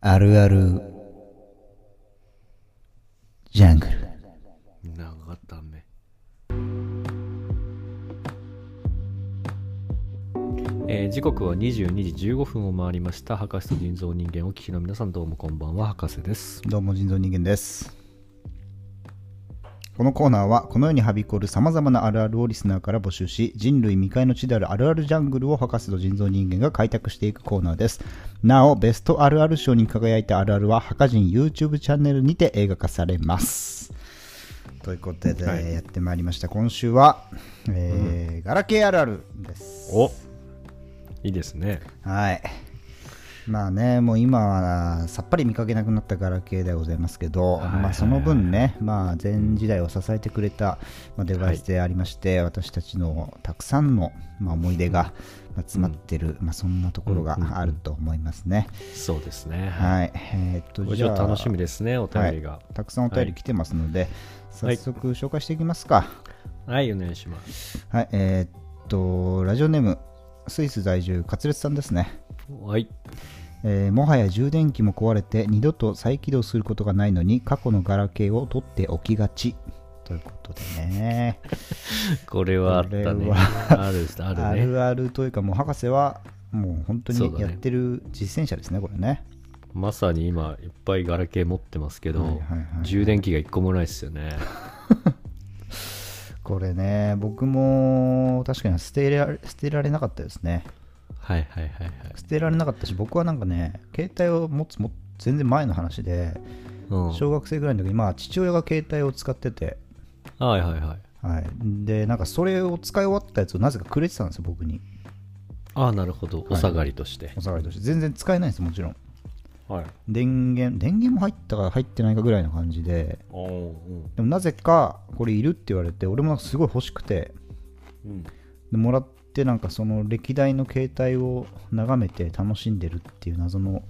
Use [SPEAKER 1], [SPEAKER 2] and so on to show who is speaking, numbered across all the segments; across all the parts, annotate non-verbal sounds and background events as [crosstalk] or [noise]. [SPEAKER 1] あるあるジャングル
[SPEAKER 2] 長かったねえー時刻は22時15分を回りました博士と人造人間をお聞きの皆さんどうもこんばんは博士です
[SPEAKER 1] どうも人造人間ですこのコーナーはこの世にはびこるさまざまなあるあるをリスナーから募集し人類未開の地であるあるあるジャングルを博士と人造人間が開拓していくコーナーですなおベストあるある賞に輝いたあるあるは博人 YouTube チャンネルにて映画化されますということで、
[SPEAKER 2] はい
[SPEAKER 1] やってまいりました今週は、えーガラケーあるあるです
[SPEAKER 2] おいいですね
[SPEAKER 1] はい。まあね、もう今はさっぱり見かけなくなったガラケーではございますけど、
[SPEAKER 2] はいはいはい
[SPEAKER 1] まあ、その分ね、まあ、前時代を支えてくれたまあデバイスでありまして、私たちのたくさんの、まあ、思い出がまあ詰まってる、まあ、そんなところがあると思いますね。
[SPEAKER 2] そうですね
[SPEAKER 1] はい、えーっと
[SPEAKER 2] これ
[SPEAKER 1] じ
[SPEAKER 2] ち
[SPEAKER 1] ゃ
[SPEAKER 2] ょ
[SPEAKER 1] あ
[SPEAKER 2] っと楽しみですねお便りが
[SPEAKER 1] はい、たくさんお便り来てますので、
[SPEAKER 2] はい
[SPEAKER 1] 早速紹介していきますか。
[SPEAKER 2] はい、お願いします
[SPEAKER 1] はい、えーっと、ラジオネーム、スイス在住、カツレツさんですね。
[SPEAKER 2] はい
[SPEAKER 1] えーもはや充電器も壊れて二度と再起動することがないのに過去のガラケーを取っておきがちということでね
[SPEAKER 2] これはあった
[SPEAKER 1] これ
[SPEAKER 2] ね
[SPEAKER 1] は
[SPEAKER 2] あるですあ
[SPEAKER 1] あ
[SPEAKER 2] るね
[SPEAKER 1] るあるというかもう博士はもう本当
[SPEAKER 2] そうだ
[SPEAKER 1] に
[SPEAKER 2] ね
[SPEAKER 1] やってる実践者ですねこれね
[SPEAKER 2] まさに今いっぱいガラケー持ってますけど、
[SPEAKER 1] はいはいはい
[SPEAKER 2] 充電器が一個もないです
[SPEAKER 1] [laughs]
[SPEAKER 2] よね
[SPEAKER 1] これね僕も確かに捨てられ捨てられなかったですね
[SPEAKER 2] はいはいはいはい、
[SPEAKER 1] 捨てられなかったし僕はなんかね携帯を持つも全然前の話で
[SPEAKER 2] うん、
[SPEAKER 1] 小学生ぐらいの時まあ父親が携帯を使ってて
[SPEAKER 2] はいはいはい
[SPEAKER 1] はい、でなんかそれを使い終わったやつをなぜかくれてたんですよ僕に
[SPEAKER 2] ああなるほどお下がりとして
[SPEAKER 1] お下がりとして全然使えないんですもちろん
[SPEAKER 2] はい、
[SPEAKER 1] 電源電源も入ったか入ってないかぐらいの感じで
[SPEAKER 2] おうん
[SPEAKER 1] でもなぜかこれいるって言われて俺もなんかすごい欲しくて
[SPEAKER 2] うん
[SPEAKER 1] でもらってなんかその歴代の携帯を眺めて楽しんでるっていう謎の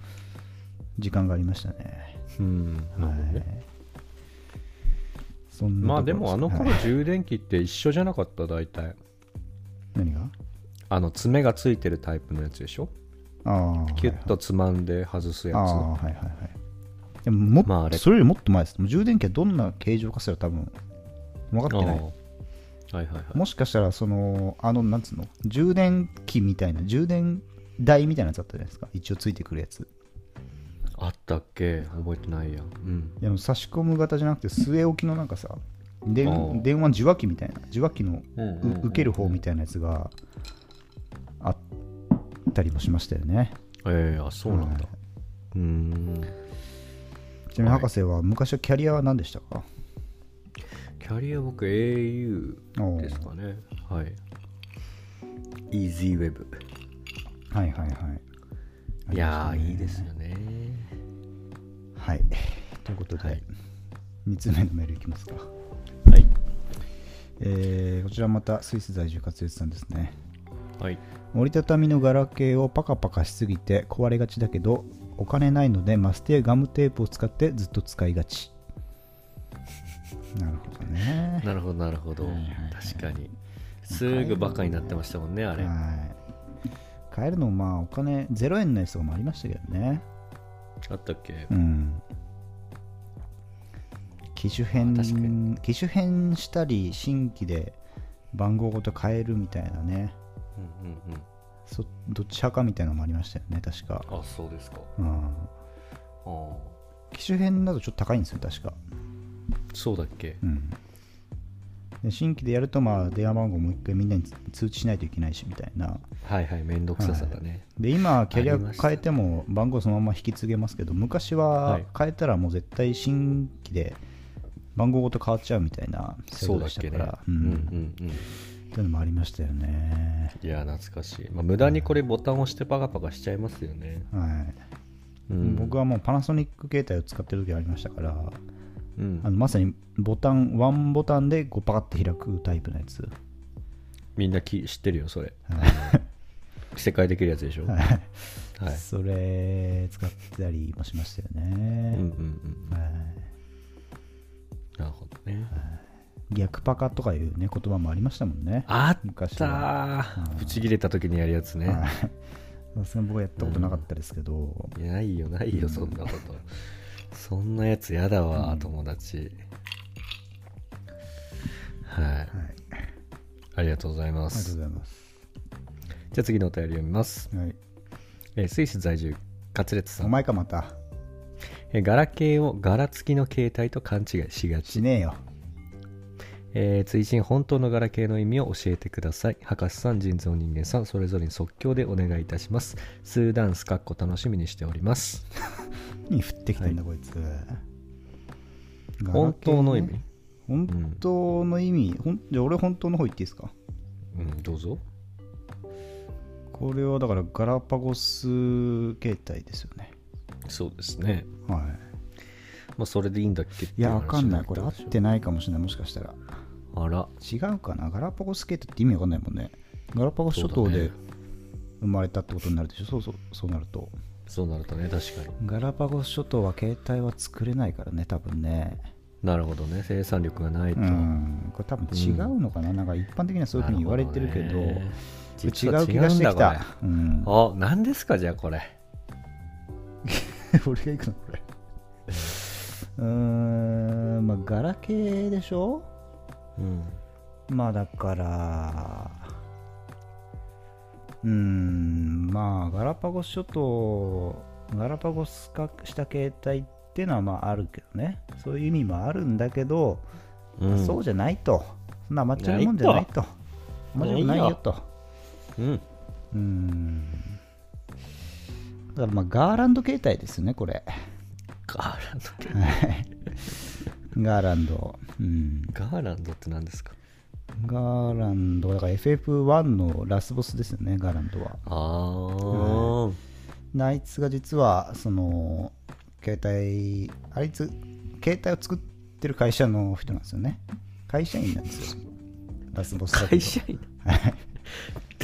[SPEAKER 1] 時間がありましたね
[SPEAKER 2] うんなるほどね
[SPEAKER 1] そんなとこ
[SPEAKER 2] まあでもあの頃
[SPEAKER 1] はい
[SPEAKER 2] 充電器って一緒じゃなかった大体
[SPEAKER 1] 何が
[SPEAKER 2] あの爪がついてるタイプのやつでしょ
[SPEAKER 1] ああ
[SPEAKER 2] キュッとつまんで外すや
[SPEAKER 1] ああ
[SPEAKER 2] つ
[SPEAKER 1] はいはいはいでももっと、
[SPEAKER 2] まああれ
[SPEAKER 1] それよりもっと前ですもう充電器はどんな形状かすら多分分かってない
[SPEAKER 2] ああはいはいはい
[SPEAKER 1] もしかしたらそのあのなんつうの充電器みたいな充電台みたいなやつあったじゃないですか一応ついてくるやつ
[SPEAKER 2] あったっけ覚えてないやうん
[SPEAKER 1] でも差し込む型じゃなくて据え置きのなんかさ
[SPEAKER 2] あ
[SPEAKER 1] 電
[SPEAKER 2] ー
[SPEAKER 1] 電話受話器みたいな受話器の
[SPEAKER 2] うんうんうん
[SPEAKER 1] う受ける方みたいなやつがあったりもしましたよね
[SPEAKER 2] ええあそうなんだうーん
[SPEAKER 1] ちなみに博士は昔はキャリアは何でしたか、
[SPEAKER 2] キャリア僕 au
[SPEAKER 1] おー
[SPEAKER 2] ですかねはいイージーウェブ
[SPEAKER 1] はいはいはい
[SPEAKER 2] いやーいいですよね
[SPEAKER 1] はいということで、
[SPEAKER 2] はい
[SPEAKER 1] 2つ目のメールいきますか、
[SPEAKER 2] はい
[SPEAKER 1] えーこちらまたスイス在住活躍さんですね
[SPEAKER 2] はい
[SPEAKER 1] 折りたたみのガラケーをパカパカしすぎて壊れがちだけどお金ないのでマステやガムテープを使ってずっと使いがちなるほど [laughs] ね
[SPEAKER 2] なるほどなるほど確かにすぐバカになってましたもんねあれ
[SPEAKER 1] はい買えるのもまあお金0円のやつとかもありましたけどね
[SPEAKER 2] あったっけ
[SPEAKER 1] うん機種変
[SPEAKER 2] まあ確かに
[SPEAKER 1] 機種変したり新規で番号ごと変えるみたいなね
[SPEAKER 2] うんうんうん
[SPEAKER 1] そどっち派かみたいなのもありましたよね確か、
[SPEAKER 2] あそうですか
[SPEAKER 1] うん、
[SPEAKER 2] ああ
[SPEAKER 1] 機種変だとちょっと高いんですよ確か
[SPEAKER 2] そうだっけ
[SPEAKER 1] うん、で新規でやるとまあ電話番号もう一回みんなに通知しないといけないしみたいな
[SPEAKER 2] はいはいめんどくささがね
[SPEAKER 1] で今キャリ
[SPEAKER 2] ありま
[SPEAKER 1] ア
[SPEAKER 2] した
[SPEAKER 1] 変えても番号そのまま引き継げますけど昔
[SPEAKER 2] は
[SPEAKER 1] はい変えたらもう絶対新規で番号ごと変わっちゃうみたいな制度
[SPEAKER 2] そうだ
[SPEAKER 1] で
[SPEAKER 2] っ
[SPEAKER 1] した
[SPEAKER 2] け
[SPEAKER 1] か
[SPEAKER 2] ね
[SPEAKER 1] ら
[SPEAKER 2] う
[SPEAKER 1] うんん
[SPEAKER 2] う
[SPEAKER 1] っ
[SPEAKER 2] んうん
[SPEAKER 1] ていうのもありましたよね
[SPEAKER 2] いや懐かしいまあ無駄にこれボタン押してパカパカしちゃいますよね
[SPEAKER 1] はい、
[SPEAKER 2] うん
[SPEAKER 1] 僕はもうパナソニック携帯を使ってる時ありましたから
[SPEAKER 2] うん
[SPEAKER 1] あのまさにボタンワンボタンでこうパカッて開くタイプのやつ
[SPEAKER 2] みんなき知ってるよそれ着せ替えできるやつでしょはい
[SPEAKER 1] それ使ってたりもしましたよ
[SPEAKER 2] うんうん
[SPEAKER 1] ね、
[SPEAKER 2] う
[SPEAKER 1] は
[SPEAKER 2] ん
[SPEAKER 1] い
[SPEAKER 2] なるほどね
[SPEAKER 1] 逆パカとかいうね言葉もありましたもんね
[SPEAKER 2] あっ
[SPEAKER 1] 昔
[SPEAKER 2] た
[SPEAKER 1] は
[SPEAKER 2] ーブチ切れた時にやるやつね
[SPEAKER 1] はいさすがに僕はやったことなかったですけど、
[SPEAKER 2] いやないよないよそんなことそんなやつやだわ、
[SPEAKER 1] うん
[SPEAKER 2] 友達はい
[SPEAKER 1] はい、ありが
[SPEAKER 2] ありがとうございま
[SPEAKER 1] とう
[SPEAKER 2] す
[SPEAKER 1] ございます。
[SPEAKER 2] じゃあ次のお便り読みます、
[SPEAKER 1] はい、
[SPEAKER 2] えースイス在住カツレツさ
[SPEAKER 1] お
[SPEAKER 2] ん、
[SPEAKER 1] 前かまた、
[SPEAKER 2] えーガラケーをガラ付きの携帯と勘違いしが
[SPEAKER 1] し
[SPEAKER 2] ち、
[SPEAKER 1] ねえよ。
[SPEAKER 2] えー追伸本当のガラケーの意味を教えてください博士さん人造人間さんそれぞれに即興でお願いいたしますスーダンスかっこ楽しみにしております
[SPEAKER 1] 何振ってきてんだ、こいつ。ガラケーね
[SPEAKER 2] 本当の意味、
[SPEAKER 1] 本当の意味、ほんじゃあ俺本当の方言っていいですか
[SPEAKER 2] うんどうぞ
[SPEAKER 1] これはだからガラパゴス携帯ですよね。
[SPEAKER 2] そうですね
[SPEAKER 1] は
[SPEAKER 2] まあそれでいいんだっけって
[SPEAKER 1] い。いや、わかんない。こ
[SPEAKER 2] 話
[SPEAKER 1] れ
[SPEAKER 2] に
[SPEAKER 1] 合
[SPEAKER 2] な
[SPEAKER 1] っ
[SPEAKER 2] ってる
[SPEAKER 1] てないかもしれない、もしかしたら。
[SPEAKER 2] でしょあら
[SPEAKER 1] 違うかなガラパゴスケートって意味わかんないもんねガラパゴス諸島
[SPEAKER 2] そうだ
[SPEAKER 1] で
[SPEAKER 2] ね
[SPEAKER 1] 生まれたってことになるでしょそうそうそうなると
[SPEAKER 2] そうなるとね確かに
[SPEAKER 1] ガラパゴス諸島は携帯は作れないからね多分ね
[SPEAKER 2] なるほどね生産力がないと、
[SPEAKER 1] うんこれ多分違うのかな、なんか一般的にはそういうふうに言われてるけど
[SPEAKER 2] なほね
[SPEAKER 1] 違
[SPEAKER 2] 実は
[SPEAKER 1] う気がして
[SPEAKER 2] 違う
[SPEAKER 1] き
[SPEAKER 2] んだ
[SPEAKER 1] たうん
[SPEAKER 2] これあ何ですかじゃあこれ
[SPEAKER 1] [laughs] 俺が行くのこれうーんまあガラケーでしょ
[SPEAKER 2] うん
[SPEAKER 1] まあだから、うーん、まあガラパゴス諸島、ガラパゴス化した携帯っていうのはまああるけどね、そういう意味もあるんだけど、
[SPEAKER 2] う
[SPEAKER 1] そうじゃないと、そんな甘っちゃうもんじゃないと、面白く
[SPEAKER 2] ないと
[SPEAKER 1] ないよと。
[SPEAKER 2] うん
[SPEAKER 1] うーんだからまあガーランド携帯ですよね、これ。
[SPEAKER 2] ガーランドって
[SPEAKER 1] はい [laughs] ガーランド。うん、
[SPEAKER 2] ガーランドって何ですか
[SPEAKER 1] ガーランド、だから FF1 のラスボスですよね、ガーランドは。
[SPEAKER 2] ああ、
[SPEAKER 1] あいつが実はその携帯あいつ携帯を作ってる会社の人なんですよね会社員なんですよラスボスだけど
[SPEAKER 2] 会社員
[SPEAKER 1] はい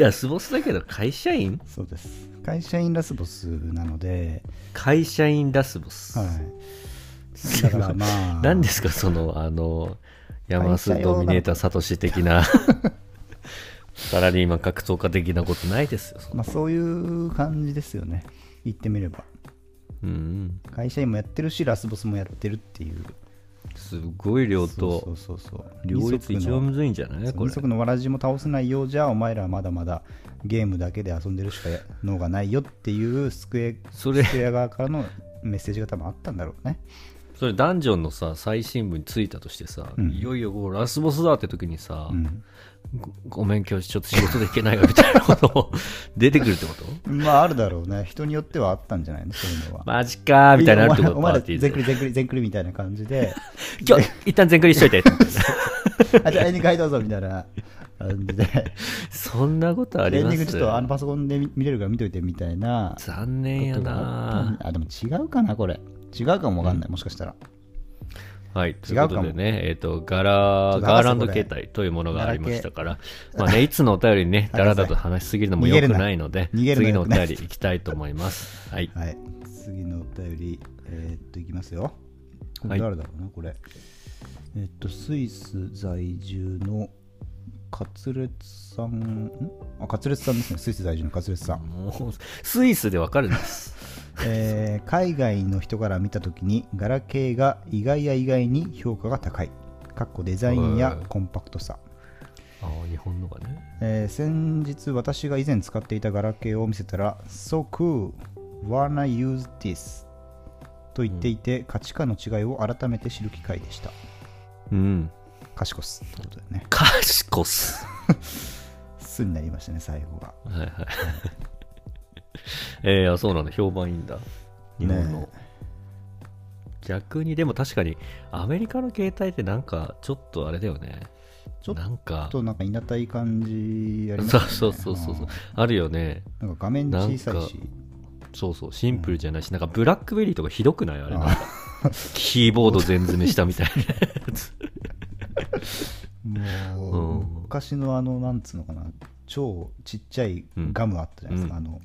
[SPEAKER 2] ラスボスだけど会社員
[SPEAKER 1] そうです会社員ラスボスなので、
[SPEAKER 2] 会社員ラスボス、
[SPEAKER 1] はい、だからまあ
[SPEAKER 2] 何ですかそのあの山
[SPEAKER 1] 会社
[SPEAKER 2] 須
[SPEAKER 1] 用な
[SPEAKER 2] ドミネーターサトシ的な
[SPEAKER 1] [laughs]
[SPEAKER 2] サラリーマン格闘家的なことないですよそんな
[SPEAKER 1] まあ、そういう感じですよね言ってみれば
[SPEAKER 2] うんうん
[SPEAKER 1] 会社員もやってるしラスボスもやってるっていう
[SPEAKER 2] すごい量
[SPEAKER 1] そ
[SPEAKER 2] と
[SPEAKER 1] うそうそうそう
[SPEAKER 2] 両立一番むずいんじゃない
[SPEAKER 1] そう二
[SPEAKER 2] これ
[SPEAKER 1] 足のわらじも倒せないようじゃお前らはまだまだゲームだけで遊んでるしか脳がないよっていうスクエ
[SPEAKER 2] それ
[SPEAKER 1] スクエア側からのメッセージが多分あったんだろうね
[SPEAKER 2] それダンジョンのさ最新部に着いたとしてさ、
[SPEAKER 1] うん
[SPEAKER 2] いよいよこうラスボスだって時にさ、
[SPEAKER 1] うん
[SPEAKER 2] ごごめん今日ちょっと仕事できないわみたいなこと [laughs] 出てくるってこと
[SPEAKER 1] まああるだろうね人によってはあったんじゃないのそういうのは、
[SPEAKER 2] マジかーみたいになるってこと
[SPEAKER 1] お前
[SPEAKER 2] パ
[SPEAKER 1] ら
[SPEAKER 2] ーティー
[SPEAKER 1] 全
[SPEAKER 2] で
[SPEAKER 1] クリ全クリ全クリみたいな感じ
[SPEAKER 2] [laughs]
[SPEAKER 1] で
[SPEAKER 2] 今日一旦全クリ
[SPEAKER 1] [laughs]
[SPEAKER 2] しといて
[SPEAKER 1] あじゃあエンディングはいどうぞみたいな感じで
[SPEAKER 2] そんなことあ
[SPEAKER 1] エ
[SPEAKER 2] り
[SPEAKER 1] ンデ
[SPEAKER 2] ま
[SPEAKER 1] ィン
[SPEAKER 2] す
[SPEAKER 1] グちょっとあのパソコンで見見れるから見といてみたいな
[SPEAKER 2] 残念やな
[SPEAKER 1] あでも違うかなこれ違うかもわかんない、もしかしたら
[SPEAKER 2] はい、と
[SPEAKER 1] 違うか
[SPEAKER 2] い
[SPEAKER 1] も
[SPEAKER 2] うことでね、えっ、と、ガラ、
[SPEAKER 1] ちょっと
[SPEAKER 2] ガーランド
[SPEAKER 1] 博士
[SPEAKER 2] 形態というものがありましたから、
[SPEAKER 1] ガ
[SPEAKER 2] まあね、いつのお便りにね、
[SPEAKER 1] 士
[SPEAKER 2] だらだらと話しすぎるのも良くないので、
[SPEAKER 1] 逃げるな
[SPEAKER 2] 次のお便
[SPEAKER 1] 逃げるのよく
[SPEAKER 2] り行きたいと思いま
[SPEAKER 1] [laughs]
[SPEAKER 2] す。はい。
[SPEAKER 1] はい、次のお便り、えーっと、いきますよ。こ
[SPEAKER 2] は
[SPEAKER 1] れ
[SPEAKER 2] い
[SPEAKER 1] 誰だろうな、これ。えーっと、スイス在住のカツレツさん、んあ、カツレツさんですね、スイス在住のカツレツさん。
[SPEAKER 2] もう、スイスでわかるんです。
[SPEAKER 1] えー海外の人から見たときに、ガラケーが意外や意外に評価が高い。かっこデザインや
[SPEAKER 2] うん
[SPEAKER 1] コンパクトさ。
[SPEAKER 2] ああ、日本のがね。
[SPEAKER 1] えー先日私が以前使っていたガラケーを見せたら「So cool! Wanna use this!」と言っていて、価値観の違いを改めて知る機会でした
[SPEAKER 2] うん。
[SPEAKER 1] 賢すってことだよね
[SPEAKER 2] カシコス。
[SPEAKER 1] すになりましたね最後が
[SPEAKER 2] はい [laughs] はい。えー、あそうなんだ、評判いいんだ。日本の。
[SPEAKER 1] ね
[SPEAKER 2] 逆に、でも確かに、アメリカの携帯ってなんか、ちょっとあれだよね。
[SPEAKER 1] ちょっ
[SPEAKER 2] なんか、
[SPEAKER 1] となんかいなたい感じやりました
[SPEAKER 2] そう
[SPEAKER 1] ね
[SPEAKER 2] そうそうそうそう
[SPEAKER 1] あ、
[SPEAKER 2] あるよね。
[SPEAKER 1] ーなんか画面小さいし
[SPEAKER 2] そうそう、シンプルじゃないし、なんかブラックベリーとかひどくないあれなんか。 [laughs] キーボード全詰めしたみたいなやつ。
[SPEAKER 1] もう、
[SPEAKER 2] うん
[SPEAKER 1] 昔のあのなんつうのかな超ちっちゃいガムあったじゃないですか、
[SPEAKER 2] うん
[SPEAKER 1] あの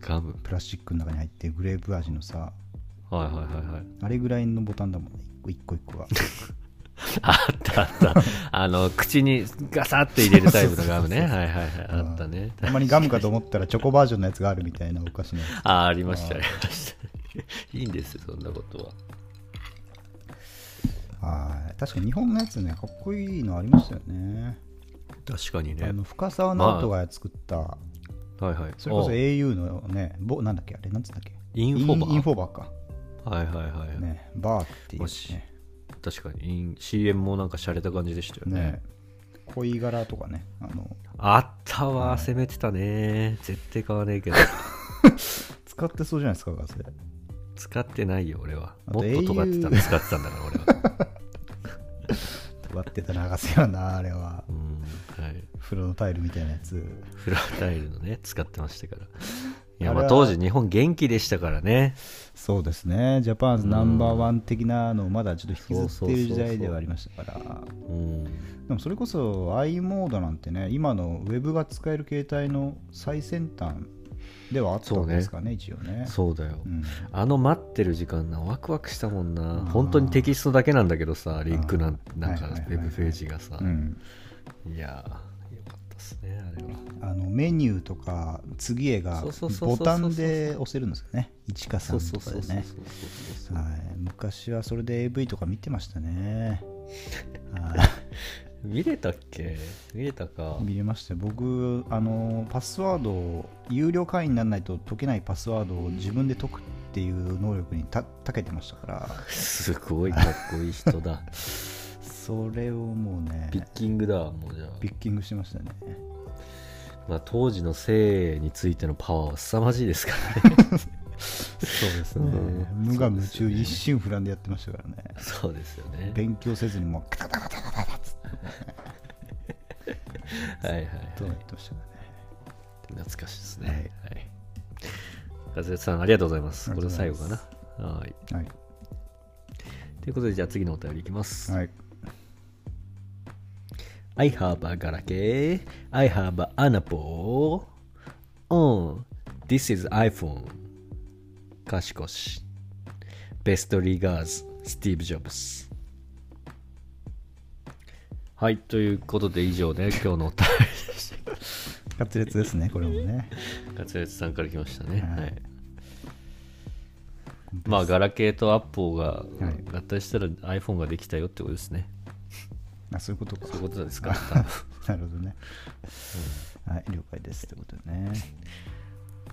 [SPEAKER 2] ガム。
[SPEAKER 1] プラスチックの中に入ってるグレープ味のさ
[SPEAKER 2] はいはいはいはい。
[SPEAKER 1] あれぐらいのボタンだもんね一個一個一個が
[SPEAKER 2] あったあった。あの、口にガサって入れるタイプのガムね。
[SPEAKER 1] そうそうそうそう
[SPEAKER 2] はいはいはい。あったね。
[SPEAKER 1] あんまりガムかと思ったらチョコバージョンのやつがあるみたいなお菓子のやつ
[SPEAKER 2] あ、ありました、ありました。いいんですよ、そんなことは。
[SPEAKER 1] はい確かに日本のやつねかっこいいのありましたよね
[SPEAKER 2] 確かにね
[SPEAKER 1] あ。の深沢直人が作った、
[SPEAKER 2] はいはい。
[SPEAKER 1] それこそ
[SPEAKER 2] お
[SPEAKER 1] au のねぼなんだっけあれなんつったっけ
[SPEAKER 2] インフォバー
[SPEAKER 1] インフォバーか、
[SPEAKER 2] はいはいはい。
[SPEAKER 1] ね、バーっていう
[SPEAKER 2] もし
[SPEAKER 1] ね
[SPEAKER 2] 確かにイン CM もなんか洒落た感じでしたよね
[SPEAKER 1] ね恋柄とかねあの
[SPEAKER 2] あったわ攻めてたね絶対買わねえけど
[SPEAKER 1] 使ってそうじゃないですかガスで
[SPEAKER 2] 使ってないよ俺は
[SPEAKER 1] あ
[SPEAKER 2] も
[SPEAKER 1] と
[SPEAKER 2] っと尖ってた
[SPEAKER 1] au
[SPEAKER 2] の使ってたんだから俺
[SPEAKER 1] [laughs]
[SPEAKER 2] は
[SPEAKER 1] 割ってた流せよなあれは
[SPEAKER 2] うんはい
[SPEAKER 1] 風呂のタイルみたいなやつ
[SPEAKER 2] フラタイルのね使ってましたからい
[SPEAKER 1] あ
[SPEAKER 2] や
[SPEAKER 1] れは
[SPEAKER 2] まあ当時日本元気でしたからね
[SPEAKER 1] そうですねジャパンズナンバーワン的なのをまだちょっと引きずってる時代ではありましたから
[SPEAKER 2] うん
[SPEAKER 1] でもそれこそ i モードなんてね今のウェブが使える携帯の最先端ではあったわけですかね一応ね
[SPEAKER 2] そうだよ、
[SPEAKER 1] うん
[SPEAKER 2] あの待ってる時間なワクワクしたもんな
[SPEAKER 1] ー
[SPEAKER 2] 本当にテキストだけなんだけどさリンクな
[SPEAKER 1] あ
[SPEAKER 2] ん
[SPEAKER 1] ー
[SPEAKER 2] なんかウ
[SPEAKER 1] はいはいはい
[SPEAKER 2] ェブページがさ、
[SPEAKER 1] うん
[SPEAKER 2] いやーよかったっすねあれは
[SPEAKER 1] あのメニューとか次へが
[SPEAKER 2] そうそうそうそ
[SPEAKER 1] ボ
[SPEAKER 2] うそう
[SPEAKER 1] タンで押せるんですよね1か
[SPEAKER 2] そう
[SPEAKER 1] 3
[SPEAKER 2] そ
[SPEAKER 1] と
[SPEAKER 2] う
[SPEAKER 1] か
[SPEAKER 2] そうそ
[SPEAKER 1] で
[SPEAKER 2] うそう
[SPEAKER 1] ね
[SPEAKER 2] そうそう
[SPEAKER 1] はい昔はそれで AV とか見てましたね
[SPEAKER 2] [laughs]
[SPEAKER 1] はい
[SPEAKER 2] 見れたっけ見れたか
[SPEAKER 1] 見れましたよ僕あのパスワードを有料会員にならないと解けないパスワードを自分で解くっていう能力にた長けてましたから
[SPEAKER 2] すごいかっこいい人
[SPEAKER 1] [laughs]
[SPEAKER 2] だ
[SPEAKER 1] それをもうね
[SPEAKER 2] ピッキングだわもうじゃ
[SPEAKER 1] ピッキングしてましたね
[SPEAKER 2] あ、まあ、当時の性についてのパワーは凄まじいですから
[SPEAKER 1] [laughs]
[SPEAKER 2] ね
[SPEAKER 1] そうです
[SPEAKER 2] ね
[SPEAKER 1] 無我夢中、
[SPEAKER 2] そうですよね
[SPEAKER 1] 一心不乱でやってましたからね
[SPEAKER 2] そうですよね
[SPEAKER 1] 勉強せずにもうカタカタカタカタっつっ
[SPEAKER 2] はいはい
[SPEAKER 1] とやってましたからね
[SPEAKER 2] 懐かしいですねはい和江さんありがとうございます
[SPEAKER 1] あ
[SPEAKER 2] こ
[SPEAKER 1] りが
[SPEAKER 2] れ
[SPEAKER 1] とうございま
[SPEAKER 2] 最後
[SPEAKER 1] す
[SPEAKER 2] かなはい
[SPEAKER 1] はい、
[SPEAKER 2] ということでじゃあ次のお便りいきます
[SPEAKER 1] はい、
[SPEAKER 2] I have a ガラケー I have a Anapo on This is iPhone かしこし Best regards Steve Jobs はいということで
[SPEAKER 1] [laughs]
[SPEAKER 2] 以上ね今日のお便りでし
[SPEAKER 1] 滑舌ですねこれもね [laughs]
[SPEAKER 2] た勝烈さんから来ましたね、
[SPEAKER 1] はい
[SPEAKER 2] はいまあガラケーとアッポーが
[SPEAKER 1] い
[SPEAKER 2] 合体したら iPhone ができたよってことですね、
[SPEAKER 1] あそういうことか [laughs]
[SPEAKER 2] そういうことなんですか
[SPEAKER 1] なるほどね、はい了解ですってことでね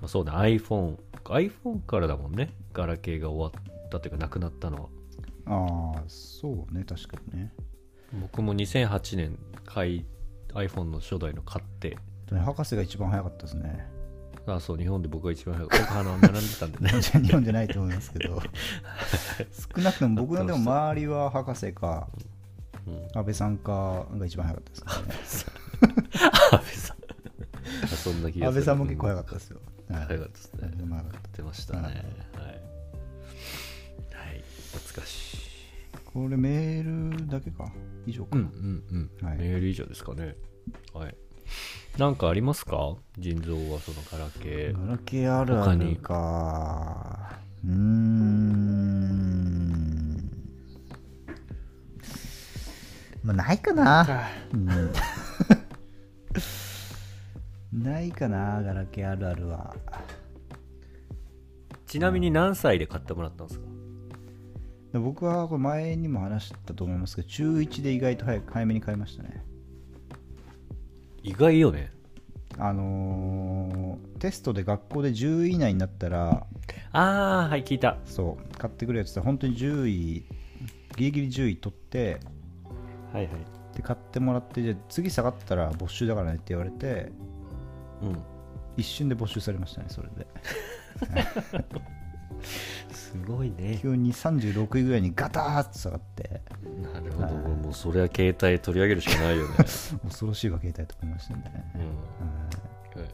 [SPEAKER 2] まあ、そうだ iPhone iPhone からだもんねガラケーが終わったというかなくなったのは
[SPEAKER 1] ああそうね確かにね
[SPEAKER 2] 僕も2008年買い iPhone の初代の買って
[SPEAKER 1] でも博士が一番早かったですね
[SPEAKER 2] あそう日本で僕が一番早く僕あの並んでたんでね
[SPEAKER 1] じゃあ [laughs] 日本じゃないと思いますけど少なくとも僕のでも周りは博士か安倍さんかが一番早かったですね
[SPEAKER 2] [laughs] 安倍さんあ [laughs] そんな気がする
[SPEAKER 1] 安倍さんも結構早かったですよ、はい
[SPEAKER 2] 早かったです
[SPEAKER 1] 安
[SPEAKER 2] ね
[SPEAKER 1] 倍さんも早かっ
[SPEAKER 2] 出ましたね
[SPEAKER 1] は
[SPEAKER 2] はいい、はい、懐かしい
[SPEAKER 1] たこれメールだけか以上か、
[SPEAKER 2] うんうんうん、
[SPEAKER 1] はい
[SPEAKER 2] メール以上ですかねはいなんかありますか腎臓はそのガラケー
[SPEAKER 1] ガラケーあるあるかうーんまあないかなうん [laughs] ないかなガラケーあるあるは
[SPEAKER 2] ちなみに何歳で買ってもらったんですか
[SPEAKER 1] で僕はこれ前にも話したと思いますけど中1で意外と早く早めに買いましたね
[SPEAKER 2] 意外よね
[SPEAKER 1] あのーテストで学校で10位以内になったら
[SPEAKER 2] ああはい聞いた
[SPEAKER 1] そう買ってくれよって言ったら本当に10位ギリギリ10位取って
[SPEAKER 2] はいはい
[SPEAKER 1] で買ってもらってじゃあ次下がったら没収だからねって言われて
[SPEAKER 2] うん
[SPEAKER 1] 一瞬で没収されましたねそれで [laughs]
[SPEAKER 2] すごいね
[SPEAKER 1] 急に36位ぐらいにガターッと下がって
[SPEAKER 2] なるほどもうそれは携帯取り上げるしかないよ [laughs] ね、
[SPEAKER 1] 恐ろしいわ携帯と思いましたね
[SPEAKER 2] うんはい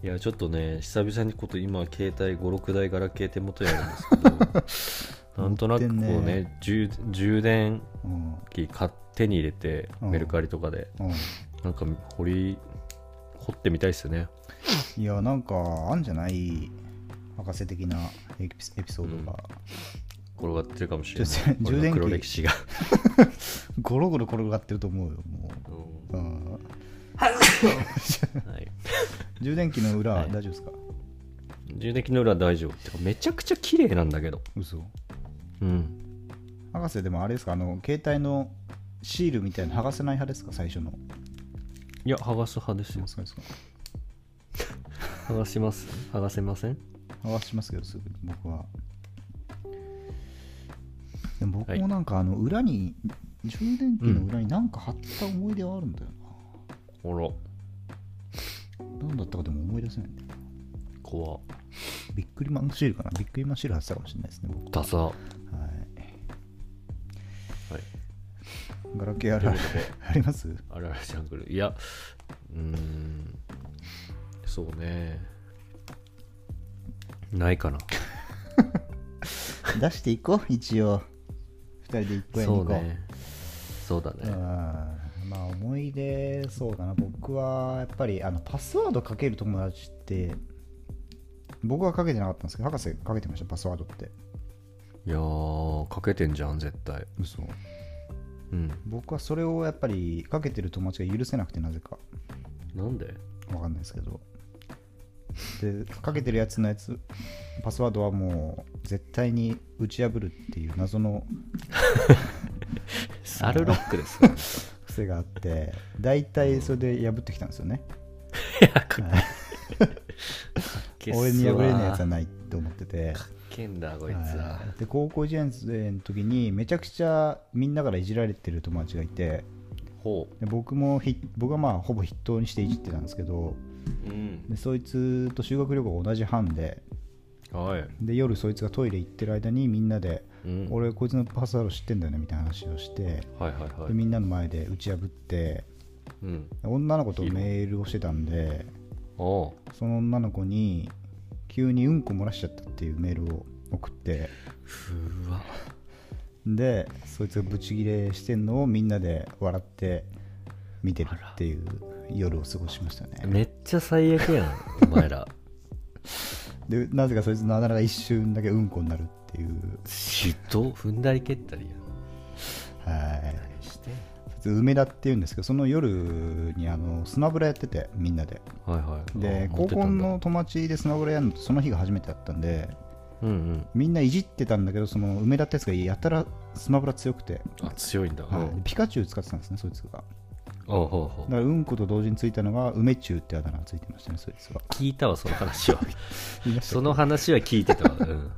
[SPEAKER 2] いやちょっとね久々にこと今携帯56台ガラケー手元にあるんですけ [laughs] どなんとなくこう
[SPEAKER 1] 持ってん
[SPEAKER 2] ね充充電
[SPEAKER 1] うん
[SPEAKER 2] 機買手に入れて
[SPEAKER 1] うん
[SPEAKER 2] メルカリとかで
[SPEAKER 1] うん
[SPEAKER 2] なんか掘り掘ってみたいですよね
[SPEAKER 1] いやなんかあんじゃない博士的なエピエピソードが、
[SPEAKER 2] 転がってるかもし [laughs] れない
[SPEAKER 1] ちょっと。
[SPEAKER 2] 俺の黒
[SPEAKER 1] 充電器
[SPEAKER 2] 歴 [laughs] 史が。
[SPEAKER 1] ゴロゴロ転がってると思うよも
[SPEAKER 2] うん
[SPEAKER 1] う、うん、
[SPEAKER 2] はい
[SPEAKER 1] 充電器の裏、
[SPEAKER 2] はい
[SPEAKER 1] 大丈夫ですか
[SPEAKER 2] 充電器の裏は大丈夫。てかめちゃくちゃ綺麗なんだけど。
[SPEAKER 1] 嘘
[SPEAKER 2] うん。
[SPEAKER 1] 博士でもあれですかあの携帯のシールみたいなの剥がせない派ですか最初の
[SPEAKER 2] いや、剥がす派ですよ。
[SPEAKER 1] そうですか
[SPEAKER 2] 剥がします剥がせません
[SPEAKER 1] 剥がしますけどすぐに僕はでも僕
[SPEAKER 2] はい
[SPEAKER 1] もなんかあの裏に、充電器の裏になんか貼った思い出はあるんだよ
[SPEAKER 2] ほら、
[SPEAKER 1] な、なん、何だったかでも思い出せないんだよ
[SPEAKER 2] 怖
[SPEAKER 1] ビックリマンシールかなビックリマンシール貼ってたかもしれないですね僕
[SPEAKER 2] ダサ。は
[SPEAKER 1] はい
[SPEAKER 2] い。
[SPEAKER 1] ガラケーあるある [laughs] あります
[SPEAKER 2] あららジャングル。いや、うーん、そうね。ないかな。
[SPEAKER 1] 出していこう一応2人で1個や2
[SPEAKER 2] そう
[SPEAKER 1] 個
[SPEAKER 2] ね。そうだ
[SPEAKER 1] うん
[SPEAKER 2] ね。
[SPEAKER 1] まあ思い出そうだな僕はやっぱりあのパスワードかける友達って僕はかけてなかったんですけど博士かけてましたパスワードって
[SPEAKER 2] いやー、かけてんじゃん、絶対。
[SPEAKER 1] 嘘
[SPEAKER 2] うん。
[SPEAKER 1] 僕はそれをやっぱりかけてる友達が許せなくてなぜか
[SPEAKER 2] なんで
[SPEAKER 1] わかんないですけどでかけてるやつのやつパスワードはもう絶対に打ち破るっていう謎の
[SPEAKER 2] サルロック [laughs] ですよ。
[SPEAKER 1] 癖があって大体それで破ってきたんですよね
[SPEAKER 2] いや、かけ
[SPEAKER 1] 俺に破れないやつは
[SPEAKER 2] は
[SPEAKER 1] ないって思ってて
[SPEAKER 2] けんだ、こいつは
[SPEAKER 1] は。いで高校1年生の時にめちゃくちゃみんなからいじられてる友達がいて
[SPEAKER 2] ほ
[SPEAKER 1] で僕もひ僕はまあほぼ筆頭にしていじってたんですけど
[SPEAKER 2] う。うん。
[SPEAKER 1] でそいつと修学旅行が同じ班で
[SPEAKER 2] はい。
[SPEAKER 1] で夜そいつがトイレ行ってる間にみんなで
[SPEAKER 2] うん
[SPEAKER 1] 「俺こいつのパスワード知ってんだよね」みたいな話をして
[SPEAKER 2] はいはいは
[SPEAKER 1] で
[SPEAKER 2] い。
[SPEAKER 1] みんなの前で打ち破って
[SPEAKER 2] うん。
[SPEAKER 1] 女の子とメールをしてたんで
[SPEAKER 2] おう
[SPEAKER 1] その女の子に急にうんこ漏らしちゃったっていうメールを送って。
[SPEAKER 2] うわ。
[SPEAKER 1] でそいつがブチギレしてんのをみんなで笑って見てるっていう夜を過ごしましたね
[SPEAKER 2] めっちゃ最悪やん、お前ら。
[SPEAKER 1] でなぜかそいつのあだ名が一瞬だけうんこになるっていう
[SPEAKER 2] 嫉妬踏んだり蹴ったりやん。
[SPEAKER 1] はい
[SPEAKER 2] 何してん
[SPEAKER 1] そいつ梅田っていうんですけどその夜にあのスマブラやっててみんなで
[SPEAKER 2] はいはい。
[SPEAKER 1] で
[SPEAKER 2] あ
[SPEAKER 1] 高校。の友達でスマブラやるのってその日が初めてだったんで
[SPEAKER 2] 持ってたんだうんうん。
[SPEAKER 1] みんないじってたんだけどその梅田ってやつがやたらスマブラ強くて、
[SPEAKER 2] あ、強いんだ。うん。
[SPEAKER 1] はい、ピカチュウ使ってたんですねそいつが
[SPEAKER 2] おうほうほ
[SPEAKER 1] だからうんこと同時についたのが梅チュウってあだ名がついてましたねそい
[SPEAKER 2] [laughs]
[SPEAKER 1] つは
[SPEAKER 2] う。聞いたわ、その話
[SPEAKER 1] [laughs]
[SPEAKER 2] は。
[SPEAKER 1] 言いました
[SPEAKER 2] その話は聞いてたわ。うん。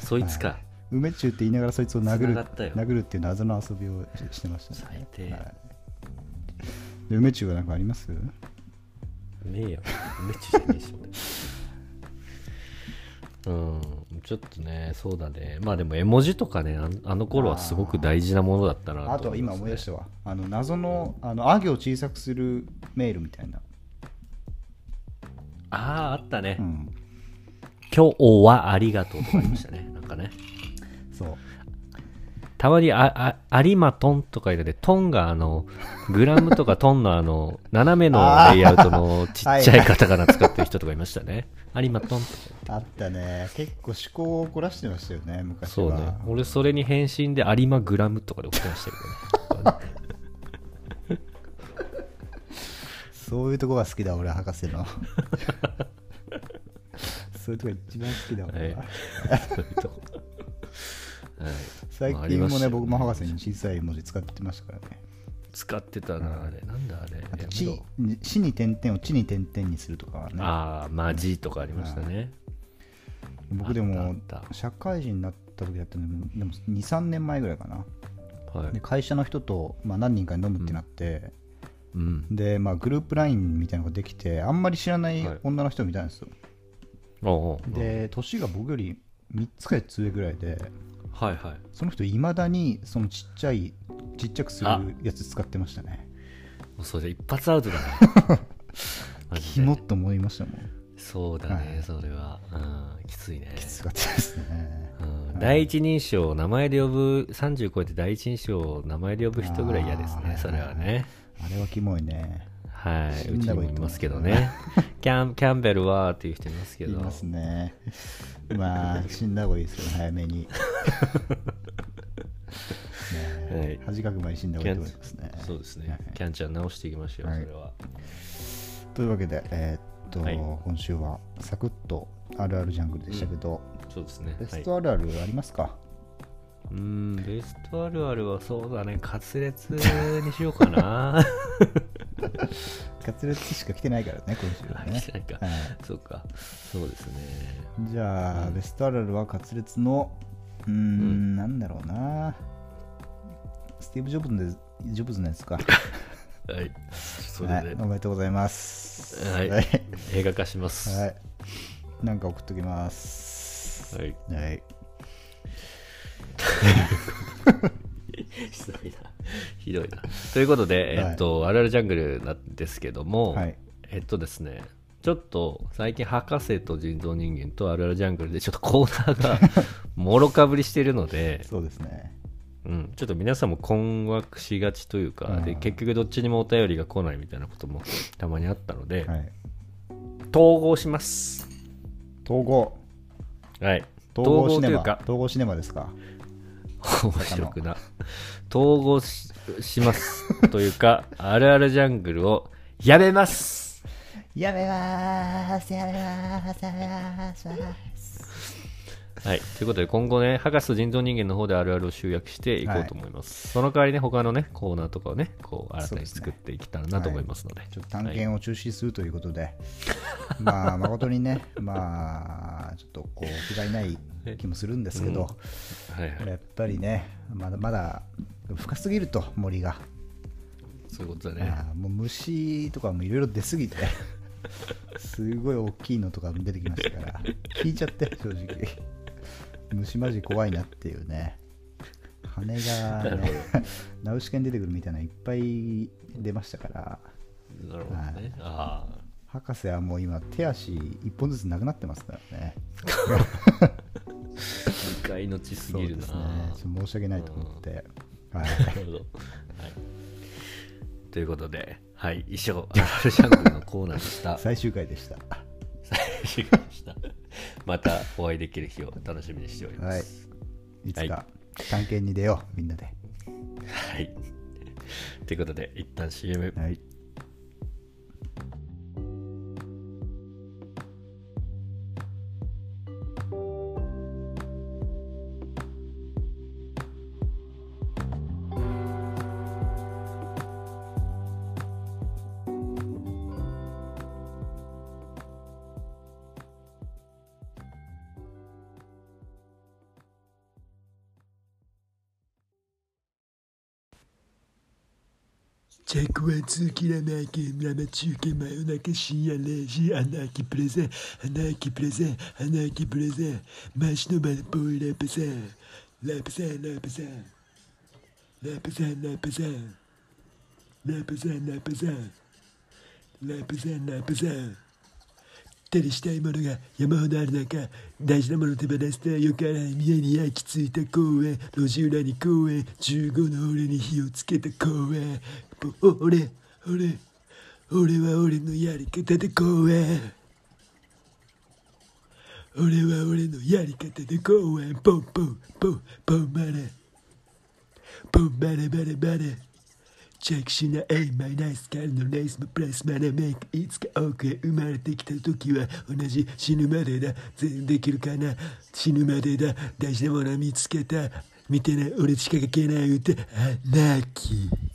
[SPEAKER 2] そいつか。
[SPEAKER 1] 梅中って言いながらそいつを殴
[SPEAKER 2] 繋
[SPEAKER 1] る
[SPEAKER 2] がったよ
[SPEAKER 1] 殴るっていう謎の遊びをししてましたね
[SPEAKER 2] 最低。ね
[SPEAKER 1] で梅中は何かあります
[SPEAKER 2] えや。めっちゃじゃねえし。うん、ちょっとね、そうだね。まあでも、絵文字とかね、あんあの頃はすごく大事なものだったな
[SPEAKER 1] あと今思い出したわあの謎のあのあ行を小さくするメールみたいな、
[SPEAKER 2] ああ、あったね
[SPEAKER 1] う。ん、
[SPEAKER 2] 今日はありがとうとかありました [laughs] ね。なんかね。
[SPEAKER 1] そう
[SPEAKER 2] たまにあ、あ、有馬トンとか言ってて、トンがあの、グラムとかトンのあの、斜めのレイアウトのちっちゃいカタカナ使ってる人とかいましたね。有馬トンとか。
[SPEAKER 1] あったね結構思考を凝らしてましたよね昔
[SPEAKER 2] そう
[SPEAKER 1] は
[SPEAKER 2] ね。俺それに返信で有馬グラムとかで送ってましたけどね。
[SPEAKER 1] そういうとこが好きだ俺博士
[SPEAKER 2] [laughs]
[SPEAKER 1] のそういうとこ一番好きだ俺は、
[SPEAKER 2] [laughs] はいそういうとこはい
[SPEAKER 1] 最
[SPEAKER 2] まああり
[SPEAKER 1] 近
[SPEAKER 2] ま
[SPEAKER 1] も
[SPEAKER 2] し
[SPEAKER 1] ね
[SPEAKER 2] たよ
[SPEAKER 1] 僕も博士に小さい文字使ってましたからね
[SPEAKER 2] 使ってたな、あれ。なんだあれ。
[SPEAKER 1] あと
[SPEAKER 2] やめろ
[SPEAKER 1] 地に地に点々を地に点々にするとかはね
[SPEAKER 2] ああ、マジとかありましたね。
[SPEAKER 1] 僕で
[SPEAKER 2] あ
[SPEAKER 1] も
[SPEAKER 2] ったあった
[SPEAKER 1] 社会人になった時だったんででも23年前ぐらいかな
[SPEAKER 2] は
[SPEAKER 1] で
[SPEAKER 2] い。
[SPEAKER 1] 会社の人と、まあ、何人かに飲むってなって、
[SPEAKER 2] うん。
[SPEAKER 1] で、まあ、グループ LINE みたいなのができてあんまり知らない
[SPEAKER 2] はい
[SPEAKER 1] 女の人みたいなんですよ、
[SPEAKER 2] おうおう
[SPEAKER 1] で年が僕より3つか4つ上ぐらいで
[SPEAKER 2] はいはい。
[SPEAKER 1] その人いまだにそのちっちゃいちっちゃくするやつ使ってましたね
[SPEAKER 2] もうそれ一発アウト
[SPEAKER 1] [laughs]
[SPEAKER 2] だね。マジ
[SPEAKER 1] キ
[SPEAKER 2] で
[SPEAKER 1] モっと思いましたもん
[SPEAKER 2] そうだね、それは、うん、きついね、
[SPEAKER 1] きつかったですね
[SPEAKER 2] うん、第一人称を名前で呼ぶ30超えて第一人称を名前で呼ぶ人ぐらい嫌です
[SPEAKER 1] [laughs] あ
[SPEAKER 2] ね
[SPEAKER 1] ー
[SPEAKER 2] それはね
[SPEAKER 1] あれはキモいね
[SPEAKER 2] はい、
[SPEAKER 1] 死
[SPEAKER 2] うんち
[SPEAKER 1] だ
[SPEAKER 2] に
[SPEAKER 1] 方が
[SPEAKER 2] も
[SPEAKER 1] い
[SPEAKER 2] い
[SPEAKER 1] いと思う
[SPEAKER 2] ますけ
[SPEAKER 1] [laughs]
[SPEAKER 2] どね。キャンキャンベルはっていう人いますけ
[SPEAKER 1] い
[SPEAKER 2] ど、
[SPEAKER 1] ますね。まあ、死んだ方がいいですよ、早め
[SPEAKER 2] [laughs]
[SPEAKER 1] に。ねえ
[SPEAKER 2] はい
[SPEAKER 1] 恥かく前に死んだ方がいいと思いますね。
[SPEAKER 2] そうですね、キャンちゃん直していきましょう、
[SPEAKER 1] はい
[SPEAKER 2] それは。
[SPEAKER 1] というわけで、えーっと、
[SPEAKER 2] はい
[SPEAKER 1] 今週はサクッとあるあるジャングルでしたけど、
[SPEAKER 2] そうですね。
[SPEAKER 1] ベ
[SPEAKER 2] は
[SPEAKER 1] ス
[SPEAKER 2] い、
[SPEAKER 1] トあるあるありますか、
[SPEAKER 2] うーん、ベストあるあるはそうだね、カツレツにしようかな。
[SPEAKER 1] 滑舌しか来てないから [laughs] ね、今週は
[SPEAKER 2] 飽
[SPEAKER 1] ね
[SPEAKER 2] [laughs] き。てないか
[SPEAKER 1] はい
[SPEAKER 2] そうか、そうですね。
[SPEAKER 1] じゃあ、
[SPEAKER 2] うん
[SPEAKER 1] ベストあるあるは滑舌のうーん、
[SPEAKER 2] ん
[SPEAKER 1] なんだろうなスティーブ・ジョブズのジョブズのやつか
[SPEAKER 2] はい、それ
[SPEAKER 1] はい、
[SPEAKER 2] で、
[SPEAKER 1] おめでとうございます
[SPEAKER 2] はい
[SPEAKER 1] はい、
[SPEAKER 2] 映画化します。は
[SPEAKER 1] はいなんか送っときます
[SPEAKER 2] い、
[SPEAKER 1] はい、
[SPEAKER 2] [laughs] ひどいな。ひどいな。ということで、
[SPEAKER 1] はい
[SPEAKER 2] えっと、あるあるジャングルなんですけども、
[SPEAKER 1] はい
[SPEAKER 2] えっとですね、ちょっと最近、博士と人造人間とあるあるジャングルで、ちょっとコーナー
[SPEAKER 1] [laughs]
[SPEAKER 2] がもろかぶりしているので、
[SPEAKER 1] そうですね
[SPEAKER 2] うん、ちょっと皆さんも困惑しがちというか、
[SPEAKER 1] う
[SPEAKER 2] で
[SPEAKER 1] ん
[SPEAKER 2] 結局どっちにもお便りが来ないみたいなこともたまにあったので、
[SPEAKER 1] はい
[SPEAKER 2] 統合します。
[SPEAKER 1] 統合
[SPEAKER 2] はい。
[SPEAKER 1] 統合シネ
[SPEAKER 2] とい
[SPEAKER 1] マ
[SPEAKER 2] うか、
[SPEAKER 1] 統合シネマですか
[SPEAKER 2] 面白くな統合ししますという [laughs] かあるあるジャングルをやめます
[SPEAKER 1] やめまーすやめまーすやめまーすやめまーす
[SPEAKER 2] はいということで今後ね博士と人造人間の方であるあるを集約していこうと思います、その代わりね他のねコーナーとかをねこう新たに作っていけたらなと思いますので
[SPEAKER 1] ちょっと探検を中止するということで、まあ誠にね、まあちょっとこう、不甲斐ない気もするんですけど、
[SPEAKER 2] はいはい、
[SPEAKER 1] やっぱりね、まだまだ深すぎると、森が。
[SPEAKER 2] そういうことだね
[SPEAKER 1] ああもう虫とかもいろいろ出すぎて、すごい大きいのとかも出てきましたから、聞いちゃって、正直。虫マジ怖いなっていうね。羽が、ね、ナウシカに出てくるみたいなのいっぱい出ましたから。
[SPEAKER 2] なるほどねああ
[SPEAKER 1] 博士はもう今手足一本ずつなくなってますからね。
[SPEAKER 2] 一回命す
[SPEAKER 1] そう
[SPEAKER 2] ぎ
[SPEAKER 1] で
[SPEAKER 2] るな
[SPEAKER 1] すね。ちょっと申し訳ないと思って。はい。
[SPEAKER 2] なるほど、はい、ということではい以上あるあるジャングルのコーナーでした
[SPEAKER 1] 最終回でした。
[SPEAKER 2] 失礼しました。 [laughs] またお会いできる日を楽しみにしておりま
[SPEAKER 1] はい
[SPEAKER 2] す。。
[SPEAKER 1] いつ
[SPEAKER 2] は
[SPEAKER 1] か探検に出よう、みんなで。
[SPEAKER 2] はい。 [laughs] ということで、一旦 CM。
[SPEAKER 1] はい。
[SPEAKER 3] 着は通キラないけ生中継真夜中深夜0時アナーキプレゼンアナーキプレゼンアナーキプレゼンマシュマロボーイラペゼンラペゼンラペゼンラペゼンラペゼンラペゼンラペゼンラペゼンラペゼン手にしたいものが山ほどある中大事なものを手放したよから宮に焼き付いた公園路地裏に公園15の俺に火をつけた公園お俺俺俺は俺のやり方で公園俺は俺のやり方で公園ポンポンポンポンマレポンマレマレマレチェックしないマイナイスカルのレースもプラスマネメイクいつか奥へ生まれてきた時は同じ死ぬまでだ全できるかな死ぬまでだ大事なものは見つけた見てない俺しか書けない歌アナーキー